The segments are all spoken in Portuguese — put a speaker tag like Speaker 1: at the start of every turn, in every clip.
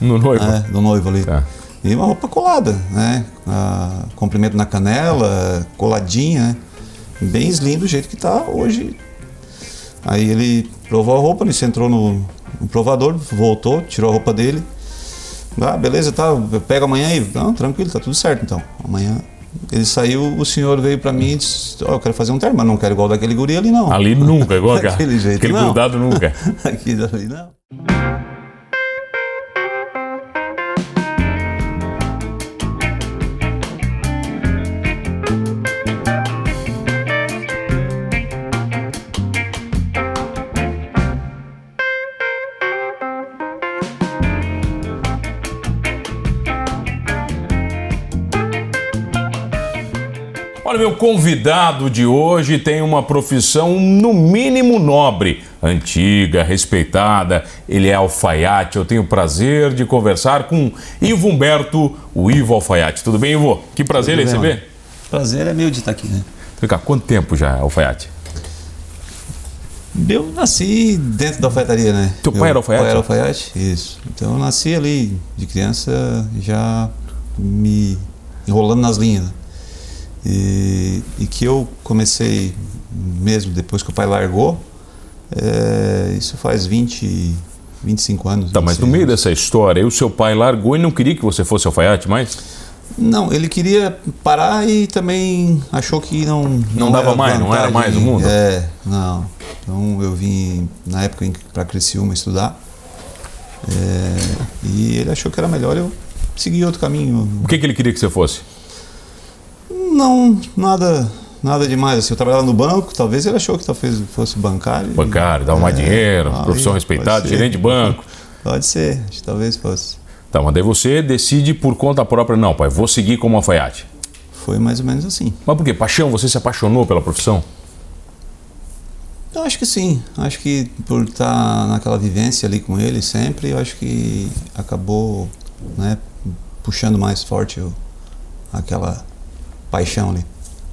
Speaker 1: No noivo.
Speaker 2: né, do noivo ali.
Speaker 1: Tá.
Speaker 2: E uma roupa colada, né? Ah, comprimento na canela, coladinha, né? Bem slim do jeito que tá hoje. Aí ele provou a roupa, ele se entrou no, no provador, voltou, tirou a roupa dele. Ah, beleza, tá, pega amanhã aí. Não, tranquilo, tá tudo certo então. Amanhã ele saiu, o senhor veio pra mim e disse, ó, eu quero fazer um termo, mas não quero igual daquele guri ali não.
Speaker 1: Ali nunca, igual aquela-
Speaker 2: Daquele jeito,
Speaker 1: aquele
Speaker 2: não.
Speaker 1: grudado nunca.
Speaker 2: Aqui dali não.
Speaker 1: Olha, meu convidado de hoje tem uma profissão no mínimo nobre, antiga, respeitada. Ele é alfaiate. Eu tenho o prazer de conversar com Ivo Humberto, o Ivo Alfaiate. Tudo bem, Ivo? Que prazer
Speaker 2: Tudo bem,
Speaker 1: receber.
Speaker 2: mano. Prazer é meu de estar aqui, né?
Speaker 1: Vem cá, quanto tempo já é alfaiate?
Speaker 2: Eu nasci dentro da alfaiataria, né?
Speaker 1: Teu pai
Speaker 2: Meu
Speaker 1: era alfaiate?
Speaker 2: Pai era alfaiate, isso. Então eu nasci ali de criança já me enrolando nas linhas. né? E, e que eu comecei mesmo depois que o pai largou, é, isso faz 20, 25 anos.
Speaker 1: Tá, mas no
Speaker 2: 26
Speaker 1: meio
Speaker 2: anos.
Speaker 1: dessa história, aí o seu pai largou e não queria que você fosse alfaiate mais?
Speaker 2: Não, ele queria parar e também achou que não
Speaker 1: Não dava mais, não era mais o mundo?
Speaker 2: É, não. Então eu vim na época para Criciúma estudar é, e ele achou que era melhor eu seguir outro caminho.
Speaker 1: O que, que ele queria que você fosse?
Speaker 2: Não, nada, nada demais. Assim, eu trabalhava no banco, talvez ele achou que talvez fosse bancário.
Speaker 1: Bancário, dava mais dinheiro, profissão respeitada,
Speaker 2: É. Ah, pode ser.
Speaker 1: gerente de banco.
Speaker 2: Pode ser, acho que talvez fosse.
Speaker 1: Tá, mas daí você decide por conta própria, não, pai, vou seguir como alfaiate.
Speaker 2: Foi mais ou menos assim.
Speaker 1: Mas por quê? Paixão, você se apaixonou pela profissão?
Speaker 2: Eu acho que sim. Acho que por estar naquela vivência ali com ele sempre, eu acho que acabou né, puxando mais forte o- aquela paixão ali.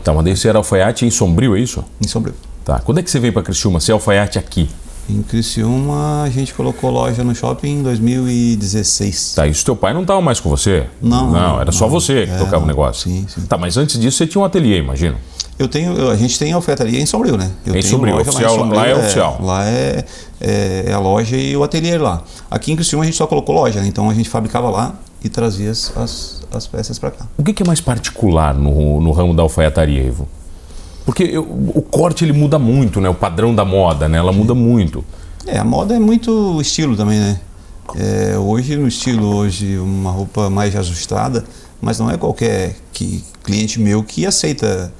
Speaker 1: Tá, mas daí você era alfaiate em Sombrio, é isso?
Speaker 2: Em sobre
Speaker 1: Tá, quando é que você veio pra Criciúma? Você é alfaiate aqui?
Speaker 2: em Criciúma, a gente colocou loja no shopping em 2016.
Speaker 1: Tá, isso teu pai não tava mais com você?
Speaker 2: Não,
Speaker 1: Não, era só
Speaker 2: não.
Speaker 1: você que
Speaker 2: É,
Speaker 1: tocava o
Speaker 2: não.
Speaker 1: negócio.
Speaker 2: Sim, sim.
Speaker 1: Tá, mas antes disso você tinha um ateliê, imagino.
Speaker 2: Eu tenho, eu- a gente tem alfaiataria em Sombrio, né? Eu
Speaker 1: Em
Speaker 2: tenho
Speaker 1: Sombrio, oficial, lá é oficial.
Speaker 2: Lá é, é- é a loja e o ateliê lá. Aqui em Criciúma a gente só colocou loja, né? então a gente fabricava lá e trazia as, as, as peças para cá.
Speaker 1: O que, que é mais particular no, no ramo da alfaiataria, Ivo? Porque eu- o corte ele muda muito, né? O padrão da moda, né? Ela muda muito.
Speaker 2: É, a moda é muito estilo também, né? É, hoje no estilo, hoje uma roupa mais ajustada, mas não é qualquer que, cliente meu que aceita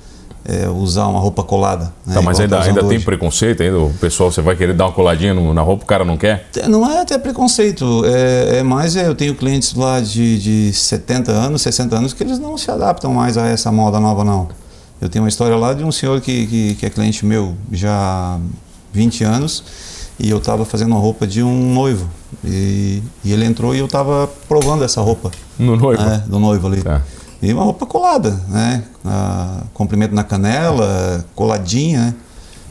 Speaker 2: é, usar uma roupa colada. Né?
Speaker 1: Tá, mas
Speaker 2: Igual
Speaker 1: ainda,
Speaker 2: tá
Speaker 1: ainda
Speaker 2: usando
Speaker 1: tem
Speaker 2: hoje.
Speaker 1: preconceito ainda? O pessoal, você vai querer dar uma coladinha no- na roupa, o cara não quer?
Speaker 2: Te- Não é até preconceito, é, é mais é, eu tenho clientes lá de, de 70 anos, 60 anos, que eles não se adaptam mais a essa moda nova, não. Eu tenho uma história lá de um senhor que, que, que é cliente meu já há 20 anos e eu estava fazendo uma roupa de um noivo. E, e ele entrou e eu estava provando essa roupa
Speaker 1: No noivo.
Speaker 2: né, do noivo ali.
Speaker 1: Tá.
Speaker 2: E uma roupa colada, né? Ah, comprimento na canela, coladinha, né?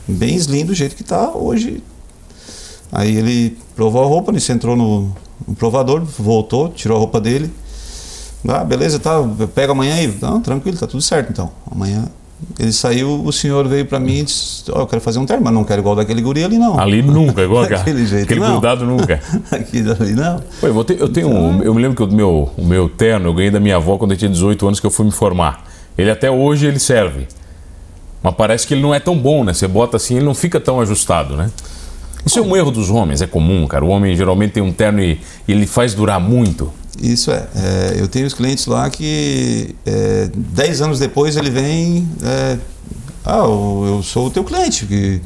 Speaker 2: Bem slim do jeito que tá hoje. Aí ele provou a roupa, ele se entrou no, no provador, voltou, tirou a roupa dele. Ah, beleza, tá, pega amanhã aí. Não, tranquilo, tá tudo certo então. Amanhã ele saiu, o senhor veio pra mim e disse, ó, eu quero fazer um termo, mas não quero igual daquele guri ali não.
Speaker 1: Ali nunca, igual aquela-
Speaker 2: Daquele jeito,
Speaker 1: aquele
Speaker 2: não.
Speaker 1: grudado nunca.
Speaker 2: Aqui dali não.
Speaker 1: Pô, eu, vou ter- eu tenho um- eu me lembro que o meu, o meu terno eu ganhei da minha avó quando eu tinha 18 anos que eu fui me formar. Ele até hoje ele serve. Mas parece que ele não é tão bom, né? Você bota assim, ele não fica tão ajustado, né? Isso é um erro dos homens, é comum, cara. O homem geralmente tem um terno e, e ele faz durar muito.
Speaker 2: Isso é. É, eu tenho os clientes lá que é, 10 anos depois ele vem. é, ah, eu, eu sou o teu cliente. Que,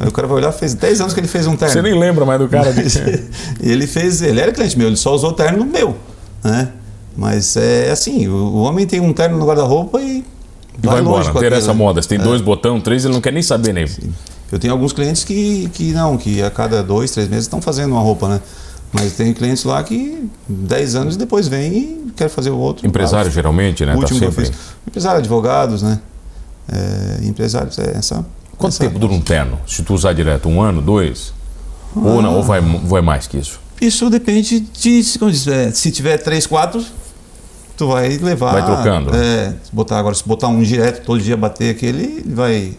Speaker 2: aí o cara vai olhar, fez 10 anos que ele fez um terno.
Speaker 1: Você nem lembra mais do cara.
Speaker 2: Mas
Speaker 1: De...
Speaker 2: ele fez, ele era cliente meu, ele só usou o terno meu, né? Mas é assim, o, o homem tem um terno no guarda-roupa e,
Speaker 1: E vai embora,
Speaker 2: longe com
Speaker 1: ter
Speaker 2: aquilo,
Speaker 1: essa
Speaker 2: né?
Speaker 1: moda. Se tem dois botão, três, ele não quer nem saber, né?
Speaker 2: Eu tenho alguns clientes que, que não, que a cada dois, três meses estão fazendo uma roupa, né? Mas tem clientes lá que 10 anos depois vem e quer fazer o outro.
Speaker 1: Empresário, geralmente, né?
Speaker 2: O
Speaker 1: Tá
Speaker 2: último que eu
Speaker 1: sempre.
Speaker 2: fiz. Empresário, advogados, né? É, empresários, é essa.
Speaker 1: Quanto
Speaker 2: essa-
Speaker 1: tempo dura um terno? Se tu usar direto, um ano, dois? Ou não, ou vai, vai mais que isso?
Speaker 2: Isso depende de, como diz, é, se tiver três, quatro, tu vai levar.
Speaker 1: Vai trocando.
Speaker 2: É, se botar agora, se botar um direto, todo dia bater aquele, ele vai.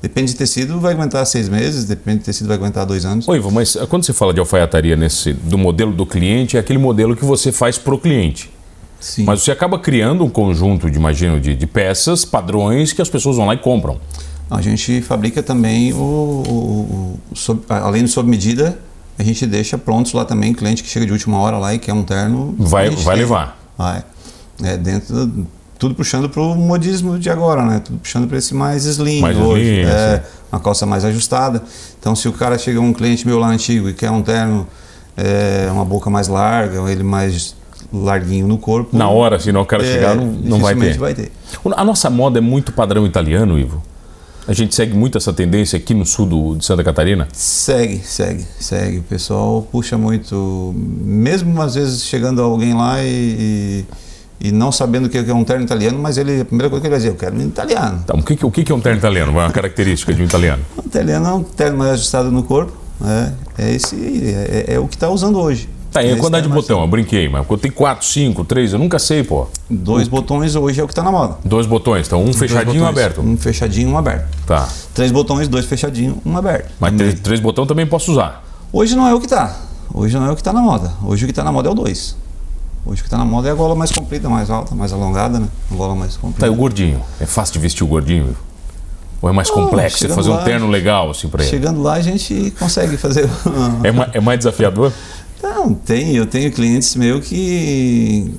Speaker 2: Depende de tecido, vai aguentar seis meses, depende de tecido, vai aguentar dois anos.
Speaker 1: Ô Ivo, mas ah, quando você fala de alfaiataria nesse, do modelo do cliente, é aquele modelo que você faz pro cliente.
Speaker 2: Sim.
Speaker 1: Mas você acaba criando um conjunto, de, imagino, de, de peças, padrões que as pessoas vão lá e compram.
Speaker 2: A gente fabrica também o, o- o- sob- a- além do sob medida, a gente deixa prontos lá também, cliente que chega de última hora lá e quer um terno.
Speaker 1: Vai-
Speaker 2: a gente
Speaker 1: vai
Speaker 2: tem.
Speaker 1: levar.
Speaker 2: Vai. É dentro do- tudo puxando para o modismo de agora, né? Tudo puxando para esse mais slim
Speaker 1: Mais
Speaker 2: hoje,
Speaker 1: slim,
Speaker 2: é, uma calça mais ajustada. Então se o cara chega um cliente meu lá antigo e quer um terno é, uma boca mais larga, ou ele mais larguinho no corpo.
Speaker 1: Na hora, se não o cara
Speaker 2: é,
Speaker 1: chegar, não, não vai ter.
Speaker 2: dificilmente vai ter.
Speaker 1: A nossa moda é muito padrão italiano, Ivo. A gente segue muito essa tendência aqui no sul do- de Santa Catarina.
Speaker 2: Segue, segue, segue. O pessoal puxa muito. Mesmo às vezes chegando alguém lá e, e, e não sabendo o que é um terno italiano, mas ele, a primeira coisa que ele vai dizer, eu quero um italiano.
Speaker 1: Tá, o, que, que- o que que é um terno italiano? Uma característica de um italiano.
Speaker 2: Um italiano é um terno mais ajustado no corpo. né? É esse é, é o que está usando hoje.
Speaker 1: Tá, e
Speaker 2: é
Speaker 1: a
Speaker 2: esse
Speaker 1: quantidade de
Speaker 2: terno mais-
Speaker 1: botão? Eu brinquei, mas eu tenho quatro, cinco, três, eu nunca sei, pô.
Speaker 2: Dois botões hoje é o que está na moda.
Speaker 1: Dois botões, então um fechadinho e um
Speaker 2: Dois
Speaker 1: aberto.
Speaker 2: botões, Um fechadinho e um aberto.
Speaker 1: Tá.
Speaker 2: Três botões, dois fechadinhos, um aberto.
Speaker 1: Mas
Speaker 2: Também.
Speaker 1: três, três botão também posso usar.
Speaker 2: Hoje não é o que tá. Hoje não é o que tá na moda. Hoje o que tá na moda é o 2. Hoje o que tá na moda é a gola mais comprida, mais alta, mais alongada, né? A gola mais
Speaker 1: Tá, e
Speaker 2: comprida.
Speaker 1: o gordinho? É fácil de vestir o gordinho, Ivo? Ou é mais
Speaker 2: Não,
Speaker 1: complexo?
Speaker 2: chegando
Speaker 1: Fazer um
Speaker 2: lá-
Speaker 1: terno legal, assim, pra ele?
Speaker 2: Chegando lá a gente consegue fazer. um
Speaker 1: É, ma- é mais desafiador?
Speaker 2: não, tem. Eu tenho clientes meu que.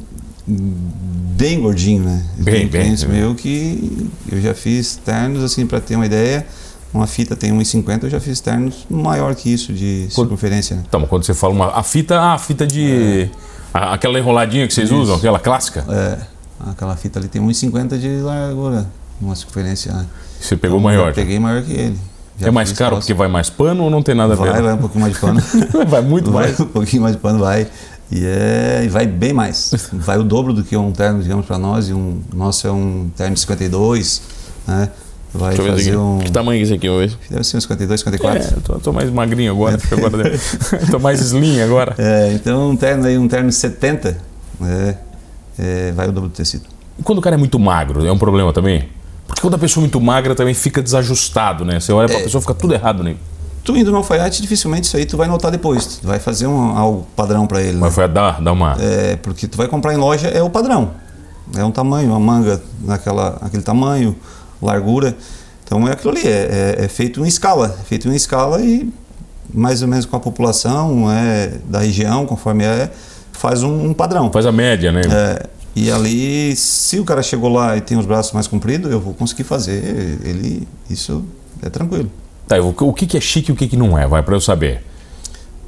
Speaker 2: Bem gordinho, né? Eu
Speaker 1: Bem,
Speaker 2: tenho
Speaker 1: bem,
Speaker 2: clientes
Speaker 1: bem.
Speaker 2: meu que eu já fiz ternos, assim, pra ter uma ideia. Uma fita tem 1,50, eu já fiz ternos maior que isso de circunferência, né?
Speaker 1: Então, quando você fala uma. A fita, ah, a fita de. a- aquela enroladinha que vocês usam, aquela clássica.
Speaker 2: É, aquela fita ali tem 1,50 de largura, uma circunferência, né?
Speaker 1: Você pegou maior. né?
Speaker 2: Eu peguei maior que ele. Já
Speaker 1: É mais
Speaker 2: fiz
Speaker 1: caro
Speaker 2: calça.
Speaker 1: porque vai mais pano ou não tem nada a
Speaker 2: vai,
Speaker 1: ver?
Speaker 2: vai um pouquinho mais de pano.
Speaker 1: Vai, muito
Speaker 2: vai
Speaker 1: mais.
Speaker 2: um pouquinho mais de pano, vai. E, é, e vai bem mais. Vai o dobro do que um terno, digamos, para nós. E um o nosso é um terno de 52, né? Vai
Speaker 3: Deixa eu ver isso
Speaker 2: fazer
Speaker 3: aqui.
Speaker 2: um.
Speaker 3: Que tamanho é isso aqui, vamos ver?
Speaker 2: Deve ser um 52, 54.
Speaker 1: É, eu tô, tô mais magrinho agora, fico agora tô mais slim agora.
Speaker 2: É, então um terno aí, um terno de 70, né? É, vai o dobro do tecido.
Speaker 1: E quando o cara é muito magro, é um problema também? Porque quando a pessoa é muito magra também fica desajustado, né? Você olha pra pessoa, fica tudo errado, né?
Speaker 2: Tu indo no alfaiate, dificilmente isso aí tu vai notar depois. Tu vai fazer um, algo padrão para ele. né?
Speaker 1: Mas foi a dar, dar uma.
Speaker 2: É, porque tu vai comprar em loja é o padrão. É um tamanho, uma manga naquela, aquele tamanho, largura. Então é aquilo ali, é, é- é feito em escala. É feito em escala e mais ou menos com a população é, da região, conforme é, faz um, um padrão.
Speaker 1: Faz a média, né?
Speaker 2: É, e ali, se o cara chegou lá e tem os braços mais compridos, eu vou conseguir fazer ele, isso é tranquilo.
Speaker 1: Tá, eu- o que, que é chique e o que, que não é? Vai pra eu saber.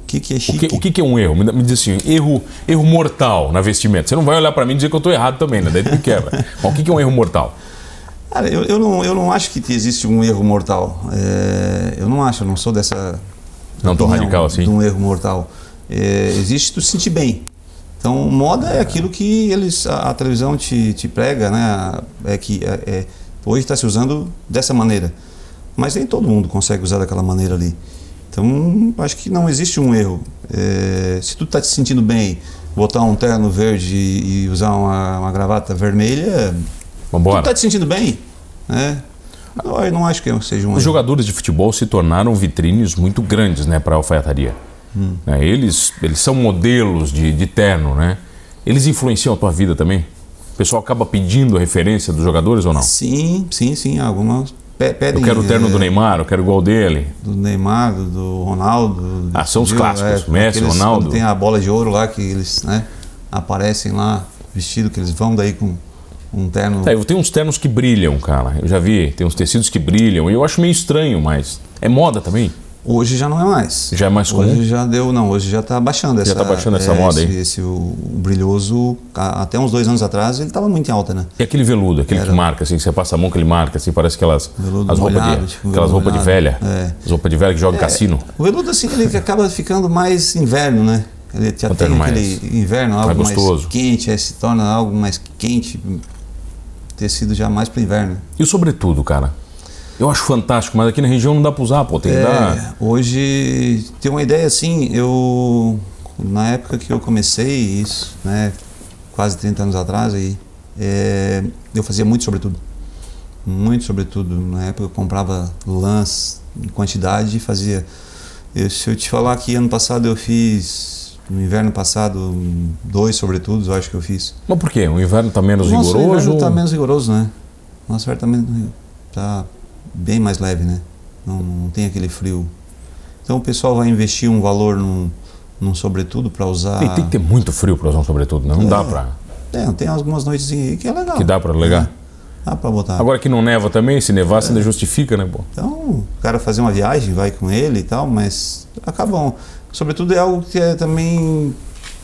Speaker 2: O que, que é
Speaker 1: O
Speaker 2: chique?
Speaker 1: que, o que, que é um erro? Me, dá- me diz assim, erro, erro mortal na vestimenta. Você não vai olhar pra mim e dizer que eu tô errado também, né? Daí tu me quebra. Mas o que, que é um erro mortal?
Speaker 2: Cara, eu, eu, não, eu não acho que existe um erro mortal. É, eu não acho, eu não sou dessa.
Speaker 1: Não tão
Speaker 2: opinião
Speaker 1: radical assim.
Speaker 2: De um erro mortal. É, existe tu se sentir bem. Então, moda é aquilo que eles, a, a televisão te, te prega, né? É que é, é, hoje está se usando dessa maneira. Mas nem todo mundo consegue usar daquela maneira ali. Então, acho que não existe um erro. É, se tu tá te sentindo bem, botar um terno verde e, e usar uma, uma gravata vermelha, Tu tá
Speaker 1: Vambora.
Speaker 2: te sentindo bem? né? Não, eu não acho que eu seja um.
Speaker 1: Os jogadores de futebol se tornaram vitrines muito grandes, né, pra alfaiataria.
Speaker 2: Hum.
Speaker 1: Né, eles, eles são modelos de, de terno, né? Eles influenciam a tua vida também? O pessoal acaba pedindo referência dos jogadores ou não?
Speaker 2: Sim, sim, sim. Algumas pe- pedem.
Speaker 1: Eu quero o terno
Speaker 2: eh,
Speaker 1: do Neymar, eu quero igual o dele.
Speaker 2: do Neymar, do, do Ronaldo.
Speaker 1: Ah, são os
Speaker 2: viu?
Speaker 1: clássicos, Messi,
Speaker 2: aqueles-
Speaker 1: Ronaldo.
Speaker 2: quando Tem a bola de ouro lá que eles né, aparecem lá vestido, que eles vão daí com um terno.
Speaker 1: Tá, eu tenho uns ternos que brilham, cara. Eu já vi, tem uns tecidos que brilham. E eu acho meio estranho, mas é moda também.
Speaker 2: Hoje já não é mais.
Speaker 1: Já é mais comum?
Speaker 2: Hoje já deu, não, hoje já tá baixando essa
Speaker 1: tá baixando essa
Speaker 2: eh,
Speaker 1: moda,
Speaker 2: esse,
Speaker 1: hein?
Speaker 2: Esse, o, o brilhoso, a- até uns dois anos atrás, ele tava muito em alta, né?
Speaker 1: E aquele veludo, aquele que
Speaker 2: Era.
Speaker 1: marca, assim, que você passa a mão que ele marca, assim, parece aquelas
Speaker 2: Veludo
Speaker 1: as roupas
Speaker 2: molhado,
Speaker 1: de,
Speaker 2: tipo,
Speaker 1: aquelas
Speaker 2: veludo
Speaker 1: roupas de velha.
Speaker 2: molhado. É.
Speaker 1: As roupas de velha que joga cassino.
Speaker 2: O veludo, assim, ele que acaba ficando mais inverno, né? Ele já
Speaker 1: Um
Speaker 2: tem
Speaker 1: terno mais-
Speaker 2: aquele inverno, algo mais,
Speaker 1: gostoso.
Speaker 2: quente, aí se torna algo mais quente, tecido já mais para inverno.
Speaker 1: E o sobretudo, cara. Eu acho fantástico, mas aqui na região não dá pra usar, pô. Tem que
Speaker 2: É,
Speaker 1: dar.
Speaker 2: Hoje, tem uma ideia assim, eu Na época que eu comecei isso, né, quase 30 anos atrás, aí, é, eu fazia muito sobretudo. Muito sobretudo. Na época eu comprava lãs em quantidade e fazia. Eu, se eu te falar que ano passado eu fiz, no inverno passado, dois sobretudos, eu acho que eu fiz.
Speaker 1: Mas por quê? O inverno está menos
Speaker 2: Nosso
Speaker 1: rigoroso?
Speaker 2: inverno está menos rigoroso, né? Nosso inverno está tá bem mais leve, né? Não, não tem aquele frio. Então o pessoal vai investir um valor num, num sobretudo para usar.
Speaker 1: E tem que ter muito frio para usar um sobretudo, né? Não dá
Speaker 2: É.
Speaker 1: para.
Speaker 2: Tem, tem algumas noites aí que é legal.
Speaker 1: Que dá para alegar.
Speaker 2: Dá pra botar.
Speaker 1: Agora que não neva também, se nevasse ainda justifica, né? Pô?
Speaker 2: Então, o cara fazer uma viagem, vai com ele e tal, mas acabam. Sobretudo é algo que é também.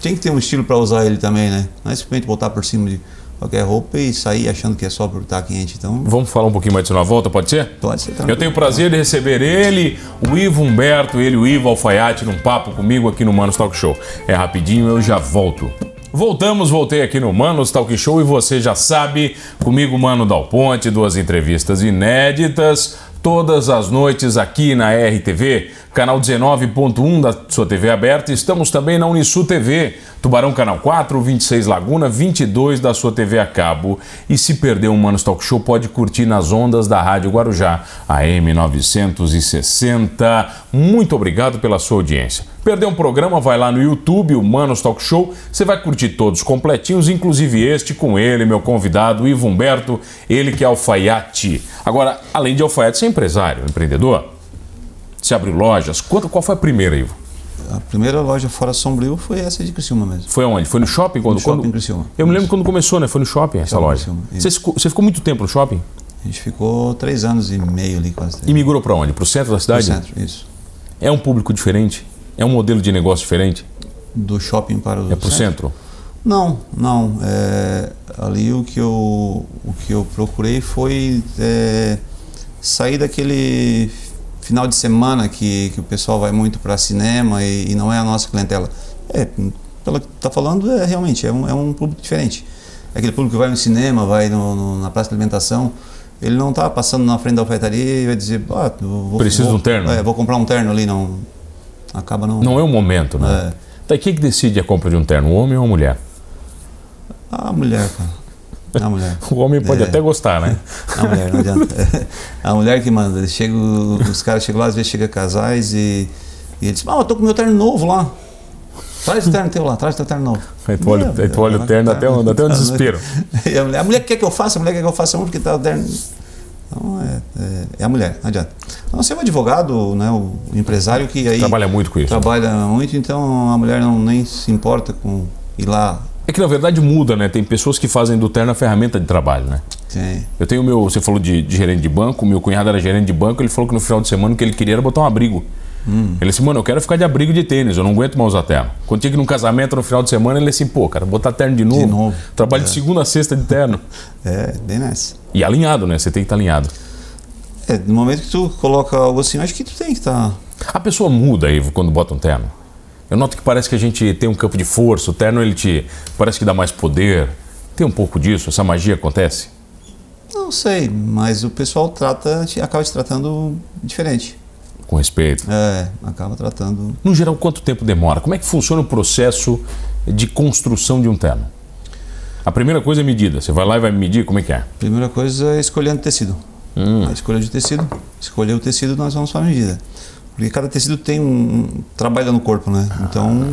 Speaker 2: Tem que ter um estilo pra usar ele também, né? Não é simplesmente botar por cima de qualquer roupa e sair achando que é só por estar quente. Então,
Speaker 1: Vamos falar um pouquinho mais disso na volta, pode ser?
Speaker 2: pode ser
Speaker 1: Eu
Speaker 2: tranquilo.
Speaker 1: tenho o prazer de receber ele, o Ivo Humberto, ele, o Ivo Alfaiate, num papo comigo aqui no Manos Talk Show. É rapidinho, eu já volto. Voltamos, voltei aqui no Manos Talk Show e você já sabe, comigo, Mano Dal Ponte, duas entrevistas inéditas, todas as noites aqui na RTV, canal 19.1 da sua TV aberta. Estamos também na Unisul TV, Tubarão Canal 4, 26 Laguna, 22 da sua TV a cabo. E se perdeu um Manos Talk Show, pode curtir nas ondas da Rádio Guarujá, AM 960. Muito obrigado pela sua audiência. Perdeu um programa, vai lá no YouTube, o Manos Talk Show. Você vai curtir todos completinhos, inclusive este com ele, meu convidado, Ivo Humberto, ele que é alfaiate. Agora, além de alfaiate, você é empresário, empreendedor? Você abriu lojas? Quanto, qual foi a primeira, Ivo?
Speaker 2: A primeira loja fora Sombrio foi essa de Criciúma mesmo.
Speaker 1: Foi onde? Foi no shopping? Quando,
Speaker 2: No shopping
Speaker 1: quando...
Speaker 2: em Criciúma.
Speaker 1: Eu me lembro quando começou, né? Foi no shopping essa
Speaker 2: Shopping
Speaker 1: loja.
Speaker 2: Criciúma, isso.
Speaker 1: Você ficou, você ficou muito tempo no shopping?
Speaker 2: A gente ficou três anos e meio ali, quase.
Speaker 1: E migrou pra onde? Pro centro da
Speaker 2: no
Speaker 1: cidade?
Speaker 2: É. centro, isso.
Speaker 1: É um público diferente? É um modelo de negócio diferente?
Speaker 2: Do shopping para o
Speaker 1: É pro centro?
Speaker 2: Não, não. É, ali o que, eu, o que eu procurei foi é, sair daquele final de semana que, que o pessoal vai muito para cinema e, e não é a nossa clientela. É, pelo que está falando, é realmente é um, é um público diferente. É aquele público que vai no cinema, vai no- no- na praça de alimentação, ele não está passando na frente da alfaiataria e vai dizer, ah, eu vou,
Speaker 1: Preciso de
Speaker 2: vou-
Speaker 1: um terno.
Speaker 2: é, vou comprar um terno ali, não acaba não.
Speaker 1: Não é o momento, né?
Speaker 2: É.
Speaker 1: Daí quem que decide a compra de um terno, o homem ou a mulher?
Speaker 2: A Ah, mulher, cara. A mulher.
Speaker 1: O homem pode
Speaker 2: É.
Speaker 1: até gostar, né?
Speaker 2: A mulher, não adianta. A mulher que manda. Eles chegam, os caras chegam lá, às vezes chega casais e, e eles dizem, ah, eu tô com meu terno novo lá. Traz o terno teu lá, traz o teu terno novo.
Speaker 1: Aí tu olha, aí tu olha o terno, dá até um, dá até um desespero.
Speaker 2: E a, mulher, a mulher quer que eu faça, a mulher quer que eu faça um porque tá o terno. Então é, é, é a mulher, não adianta. Então você é um advogado, né, o empresário que aí
Speaker 1: Trabalha muito com isso.
Speaker 2: trabalha muito, então a mulher não nem se importa com ir lá.
Speaker 1: É que na verdade muda, né? Tem pessoas que fazem do terno a ferramenta de trabalho, né?
Speaker 2: Tem,
Speaker 1: Eu tenho o meu, você falou de, de gerente de banco, meu cunhado era gerente de banco, ele falou que no final de semana o que ele queria era botar um abrigo. Ele disse, mano, eu quero ficar de abrigo de tênis, eu não aguento mais usar terno. Quando tinha que ir num casamento no final de semana, ele disse, assim, pô, cara, botar terno de novo.
Speaker 2: novo.
Speaker 1: Trabalho de segunda a sexta de terno.
Speaker 2: é, bem nessa.
Speaker 1: E alinhado, né? Você tem que estar alinhado.
Speaker 2: É, no momento que tu coloca algo assim, eu acho que tu tem que estar.
Speaker 1: A pessoa muda, Ivo, quando bota um terno. Eu noto que parece que a gente tem um campo de força, o terno ele te parece que dá mais poder. Tem um pouco disso, essa magia acontece.
Speaker 2: Não sei, mas o pessoal trata, te- acaba te tratando diferente.
Speaker 1: Com respeito.
Speaker 2: É, acaba tratando.
Speaker 1: No geral, quanto tempo demora? Como é que funciona o processo de construção de um terno? A primeira coisa é medida. Você vai lá e vai medir como é que é.
Speaker 2: Primeira coisa é escolhendo tecido.
Speaker 1: Hum.
Speaker 2: A escolha de tecido. Escolher o tecido, nós vamos para a medida. Porque cada tecido tem um. trabalha no corpo, né?
Speaker 1: Ah.
Speaker 2: Então,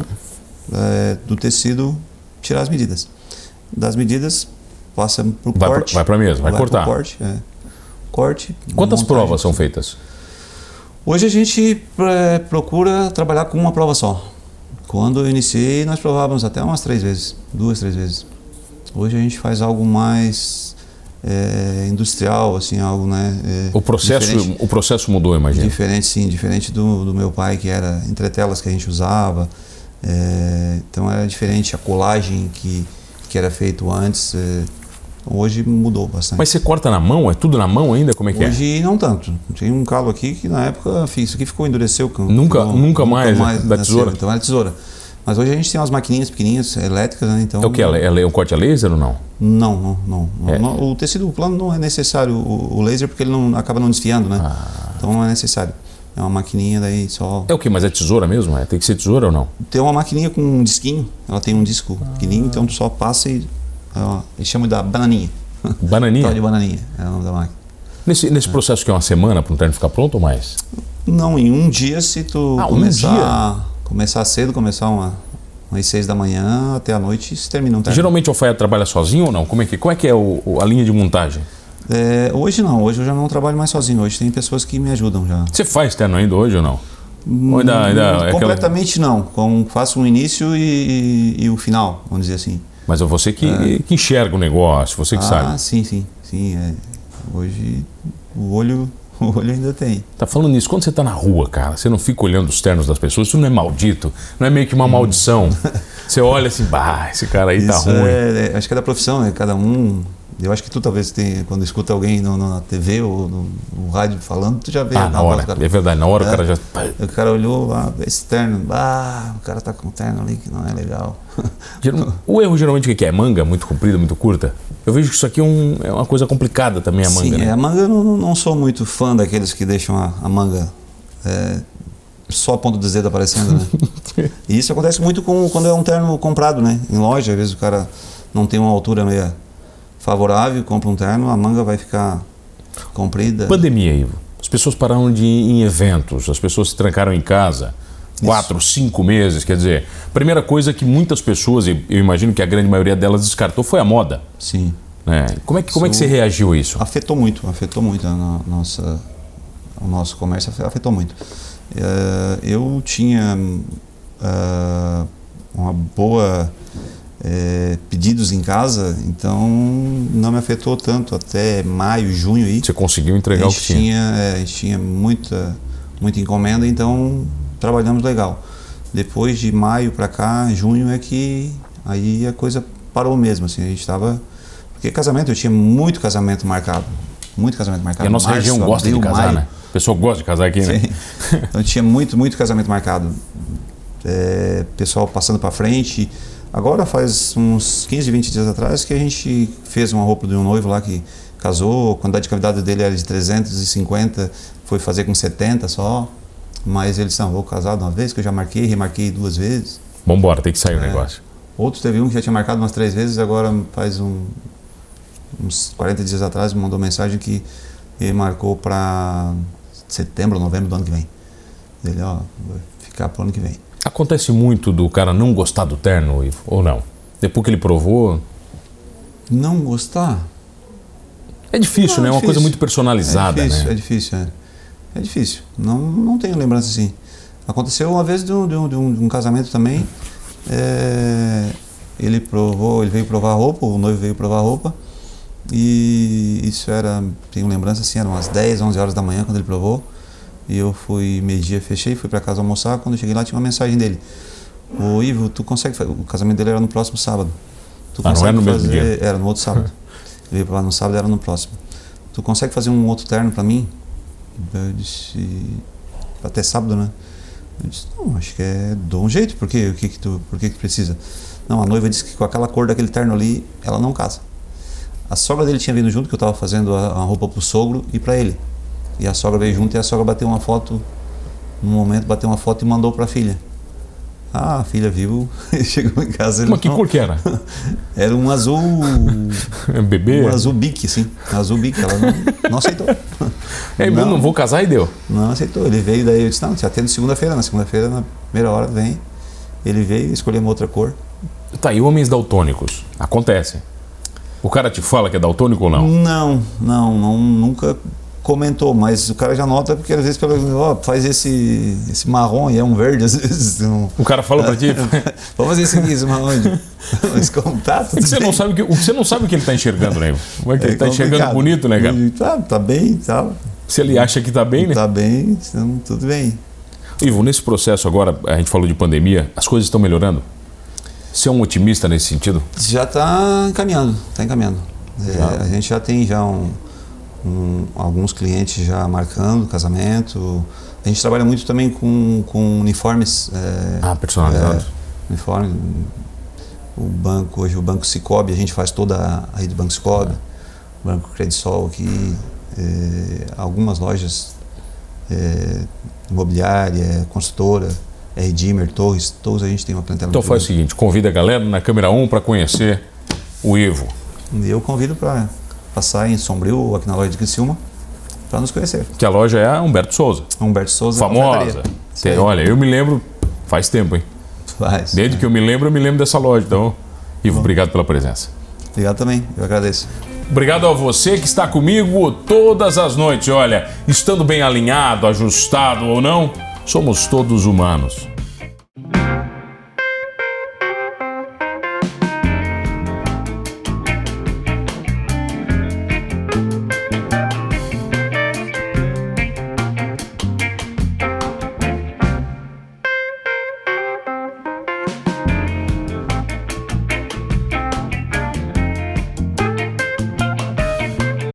Speaker 2: é, do tecido, tirar as medidas. Das medidas, passa pro
Speaker 1: Vai pra-
Speaker 2: corte.
Speaker 1: vai pra mesa, vai
Speaker 2: pro
Speaker 1: cortar.
Speaker 2: Corte, é. corte.
Speaker 1: Quantas
Speaker 2: montagem.
Speaker 1: provas são feitas?
Speaker 2: Hoje a gente é, procura trabalhar com uma prova só. Quando eu iniciei, nós provávamos até umas três vezes, duas, três vezes. Hoje a gente faz algo mais é, industrial, assim, algo, né? é,
Speaker 1: O processo,
Speaker 2: diferente.
Speaker 1: o processo mudou, eu imagino.
Speaker 2: Diferente, sim, diferente do, do meu pai, que era entretelas que a gente usava. é, então era diferente a colagem que, que era feito antes. é, hoje mudou bastante.
Speaker 1: Mas você corta na mão? É tudo na mão ainda? Como é que é?
Speaker 2: Hoje não tanto. Tem um calo aqui que na época, fi- isso aqui ficou endureceu. com-
Speaker 1: Nunca-
Speaker 2: ficou-
Speaker 1: nunca mais, da
Speaker 2: nasceu.
Speaker 1: tesoura.
Speaker 2: Então era tesoura. Mas hoje a gente tem umas maquininhas pequenininhas, elétricas, né? Então,
Speaker 1: É o que? É, é um corte a laser ou não?
Speaker 2: Não, não, não. não.
Speaker 1: É.
Speaker 2: Não,
Speaker 1: Ah.
Speaker 2: O tecido plano não é necessário o, o laser porque ele não acaba não desfiando, né? Então não é necessário. É uma maquininha daí só.
Speaker 1: É o que? Mas é tesoura mesmo? É? Tem que ser tesoura ou não?
Speaker 2: Tem uma maquininha com um disquinho, ela tem um disco pequenininho, então tu só passa e. Ó, eles chamam da bananinha. Tal de
Speaker 1: Bananinha?
Speaker 2: bananinha, é o nome da máquina.
Speaker 1: Nesse, nesse processo que é uma semana para um terno ficar pronto ou mais?
Speaker 2: Não, em um dia, se tu
Speaker 1: Ah, um
Speaker 2: começar,
Speaker 1: dia?
Speaker 2: começar cedo, começar uma, umas seis da manhã até a noite, se termina um terno.
Speaker 1: Geralmente o alfaiate trabalha sozinho ou não? Como é que, qual é, que é o- o- a linha de montagem?
Speaker 2: É, hoje não, hoje eu já não trabalho mais sozinho, hoje tem pessoas que me ajudam já. Hum,
Speaker 1: Você faz terno ainda hoje ou não? Ou ainda, ainda é aquela-
Speaker 2: Completamente não, com, faço um início e, e- e o final, vamos dizer assim.
Speaker 1: Mas é você que, que enxerga o negócio, você que
Speaker 2: Ah,
Speaker 1: sabe.
Speaker 2: sim, sim, sim. é. Hoje o olho, o olho ainda tem.
Speaker 1: Tá falando nisso, quando você tá na rua, cara, você não fica olhando os ternos das pessoas, isso não é maldito, não é meio que uma maldição. você olha assim, bah, esse cara aí tá
Speaker 2: Hum. Isso
Speaker 1: ruim.
Speaker 2: é- é- acho que é da profissão, né? Cada um. Eu acho que tu talvez tenha, quando escuta alguém no- no- na TV ou no, no rádio falando, tu já vê
Speaker 1: Ah,
Speaker 2: a
Speaker 1: na
Speaker 2: voz
Speaker 1: hora,
Speaker 2: do cara.
Speaker 1: é verdade, na hora o
Speaker 2: É.
Speaker 1: cara já... tá.
Speaker 2: O cara olhou lá, esse terno, ah, o cara tá com um terno ali que não é legal.
Speaker 1: Geral- O erro geralmente o que que é? Manga muito comprida, muito curta? Eu vejo que isso aqui é, um- é uma coisa complicada também, a manga,
Speaker 2: Sim, é,
Speaker 1: né?
Speaker 2: a manga eu não, não sou muito fã daqueles que deixam a, a manga é, só a ponta dos dedos aparecendo, né? e isso acontece muito com, quando é um terno comprado, né? Em loja, às vezes o cara não tem uma altura meio favorável, compra um terno, a manga vai ficar comprida.
Speaker 1: Pandemia, Ivo. As pessoas pararam de ir em eventos, as pessoas se trancaram em casa. Quatro, cinco meses, quer dizer, a primeira coisa que muitas pessoas, e eu imagino que a grande maioria delas descartou, foi a moda.
Speaker 2: Sim.
Speaker 1: né? Como, é que, como é que você reagiu a isso?
Speaker 2: Afetou muito, afetou muito a no- nossa, o nosso comércio, afe- afetou muito. Eh, eu tinha hum, ah, uma boa eh, pedidos em casa, então não me afetou tanto até maio, junho aí.
Speaker 1: Você conseguiu
Speaker 2: A
Speaker 1: entregar o que
Speaker 2: gente
Speaker 1: tinha?
Speaker 2: tinha, é, a gente tinha muita, muita encomenda, então trabalhamos legal. Depois de maio para cá, junho é que aí a coisa parou mesmo, assim, a gente estava porque casamento eu tinha muito casamento marcado, muito casamento marcado.
Speaker 1: E a nossa
Speaker 2: Março,
Speaker 1: região gosta de
Speaker 2: abril,
Speaker 1: casar,
Speaker 2: maio.
Speaker 1: né? O pessoal gosta de casar aqui, né?
Speaker 2: Sim. Então tinha muito, muito casamento marcado. É, pessoal passando para frente. Agora faz uns 15, 20 dias atrás que a gente fez uma roupa de um noivo lá que casou, a quantidade de convidados dele era de 350, foi fazer com 70 só. Mas eles são, vou casar de uma vez, que eu já marquei, remarquei duas vezes.
Speaker 1: Vambora, tem que sair o
Speaker 2: É.
Speaker 1: negócio.
Speaker 2: Outros teve um que já tinha marcado umas três vezes, agora faz um- uns 40 dias atrás me mandou mensagem que ele marcou para setembro, novembro do ano que vem. Ele, ó, vai ficar pro ano que vem.
Speaker 1: Acontece muito do cara não gostar do terno, Ivo, ou não? Depois que ele provou.
Speaker 2: Não gostar?
Speaker 1: É difícil,
Speaker 2: Não,
Speaker 1: né? É uma
Speaker 2: difícil.
Speaker 1: coisa muito personalizada,
Speaker 2: é difícil,
Speaker 1: né?
Speaker 2: é difícil, é. É difícil. Não, não tenho lembrança assim. Aconteceu uma vez de um, de um, de um- de um casamento também. É, ele provou, ele veio provar a roupa, o noivo veio provar a roupa. E isso era, tenho lembrança assim, eram umas 10, 11 horas da manhã quando ele provou. E eu fui meio-dia, fechei, fui para casa almoçar. Quando eu cheguei lá, tinha uma mensagem dele. Ô Ivo, tu consegue. fa- O casamento dele era no próximo sábado. Tu
Speaker 1: Ah, não
Speaker 2: consegue
Speaker 1: era no mesmo
Speaker 2: fazer-
Speaker 1: dia?
Speaker 2: Era no outro sábado. Ele veio pra lá no sábado, era no próximo. Tu consegue fazer um outro terno pra mim? Daí Eu disse. Até sábado, né? Eu disse, não, acho que é. Dou um jeito, por quê? O que que tu, por que que precisa? Não, a noiva disse que com aquela cor daquele terno ali, ela não casa. A sogra dele tinha vindo junto, que eu tava fazendo a, a roupa pro sogro e pra ele. E a sogra veio junto e a sogra bateu uma foto, num momento bateu uma foto e mandou pra filha. Ah, a filha viu, chegou em casa. ele
Speaker 1: Mas que
Speaker 2: é não-
Speaker 1: cor que era? É
Speaker 2: Era um azul,
Speaker 1: Bebê?
Speaker 2: um azul bique, assim, um azul bique. Ela não, não aceitou,
Speaker 1: É, não.
Speaker 2: Não.
Speaker 1: não vou casar e deu.
Speaker 2: não aceitou. Ele veio daí, eu disse, não, te atendo segunda-feira, na segunda-feira, na primeira hora, vem. Ele veio, escolhemos outra cor.
Speaker 1: Tá, e homens daltônicos? Acontece. O cara te fala que é daltônico ou não?
Speaker 2: Não, não, não, nunca comentou, mas o cara já nota porque às vezes pelo, ó, faz esse, esse marrom e é um verde, às vezes. Um,
Speaker 1: O cara fala pra ti. "É
Speaker 2: Vamos fazer esse aqui, esse marrom. Esse contato. é
Speaker 1: Você não sabe o que, o que você não sabe o que ele tá enxergando, né? Ivo? Como é que ele tá enxergando bonito, né, cara?
Speaker 2: Tá, tá bem, tá,
Speaker 1: Se ele acha que tá bem, né?
Speaker 2: tá bem, então, tudo bem.
Speaker 1: Ivo, nesse processo agora, a gente falou de pandemia, as coisas estão melhorando? Você é um otimista nesse sentido?
Speaker 2: Já está encaminhando, está encaminhando. É, a gente já tem já um- um- alguns clientes já marcando casamento. A gente trabalha muito também com, com uniformes. é,
Speaker 1: Ah, personalizado.
Speaker 2: é, uniforme. O banco, hoje o Banco Cicobi, a gente faz toda a- a rede do Banco Cicobi, Banco Credisol aqui, é, algumas lojas é, imobiliária, consultora, é Edimer, Torres. Torres a gente tem uma plantela
Speaker 1: Então
Speaker 2: muito
Speaker 1: faz o seguinte, convida a galera na câmera 1 para conhecer o Ivo.
Speaker 2: grande. E eu convido para passar em Sombrio, aqui na loja de Criciúma, para nos conhecer.
Speaker 1: Que a loja é a Humberto Souza,
Speaker 2: Humberto Souza.
Speaker 1: famosa.
Speaker 2: Confeitaria. Isso aí.
Speaker 1: Tem- olha, eu me lembro faz tempo, hein?
Speaker 2: Faz.
Speaker 1: Desde que eu me lembro, eu me lembro dessa loja. Então, Ivo, obrigado pela presença.
Speaker 2: Obrigado também, eu agradeço.
Speaker 1: Obrigado a você que está comigo todas as noites. Olha, estando bem alinhado, ajustado ou não, somos todos humanos.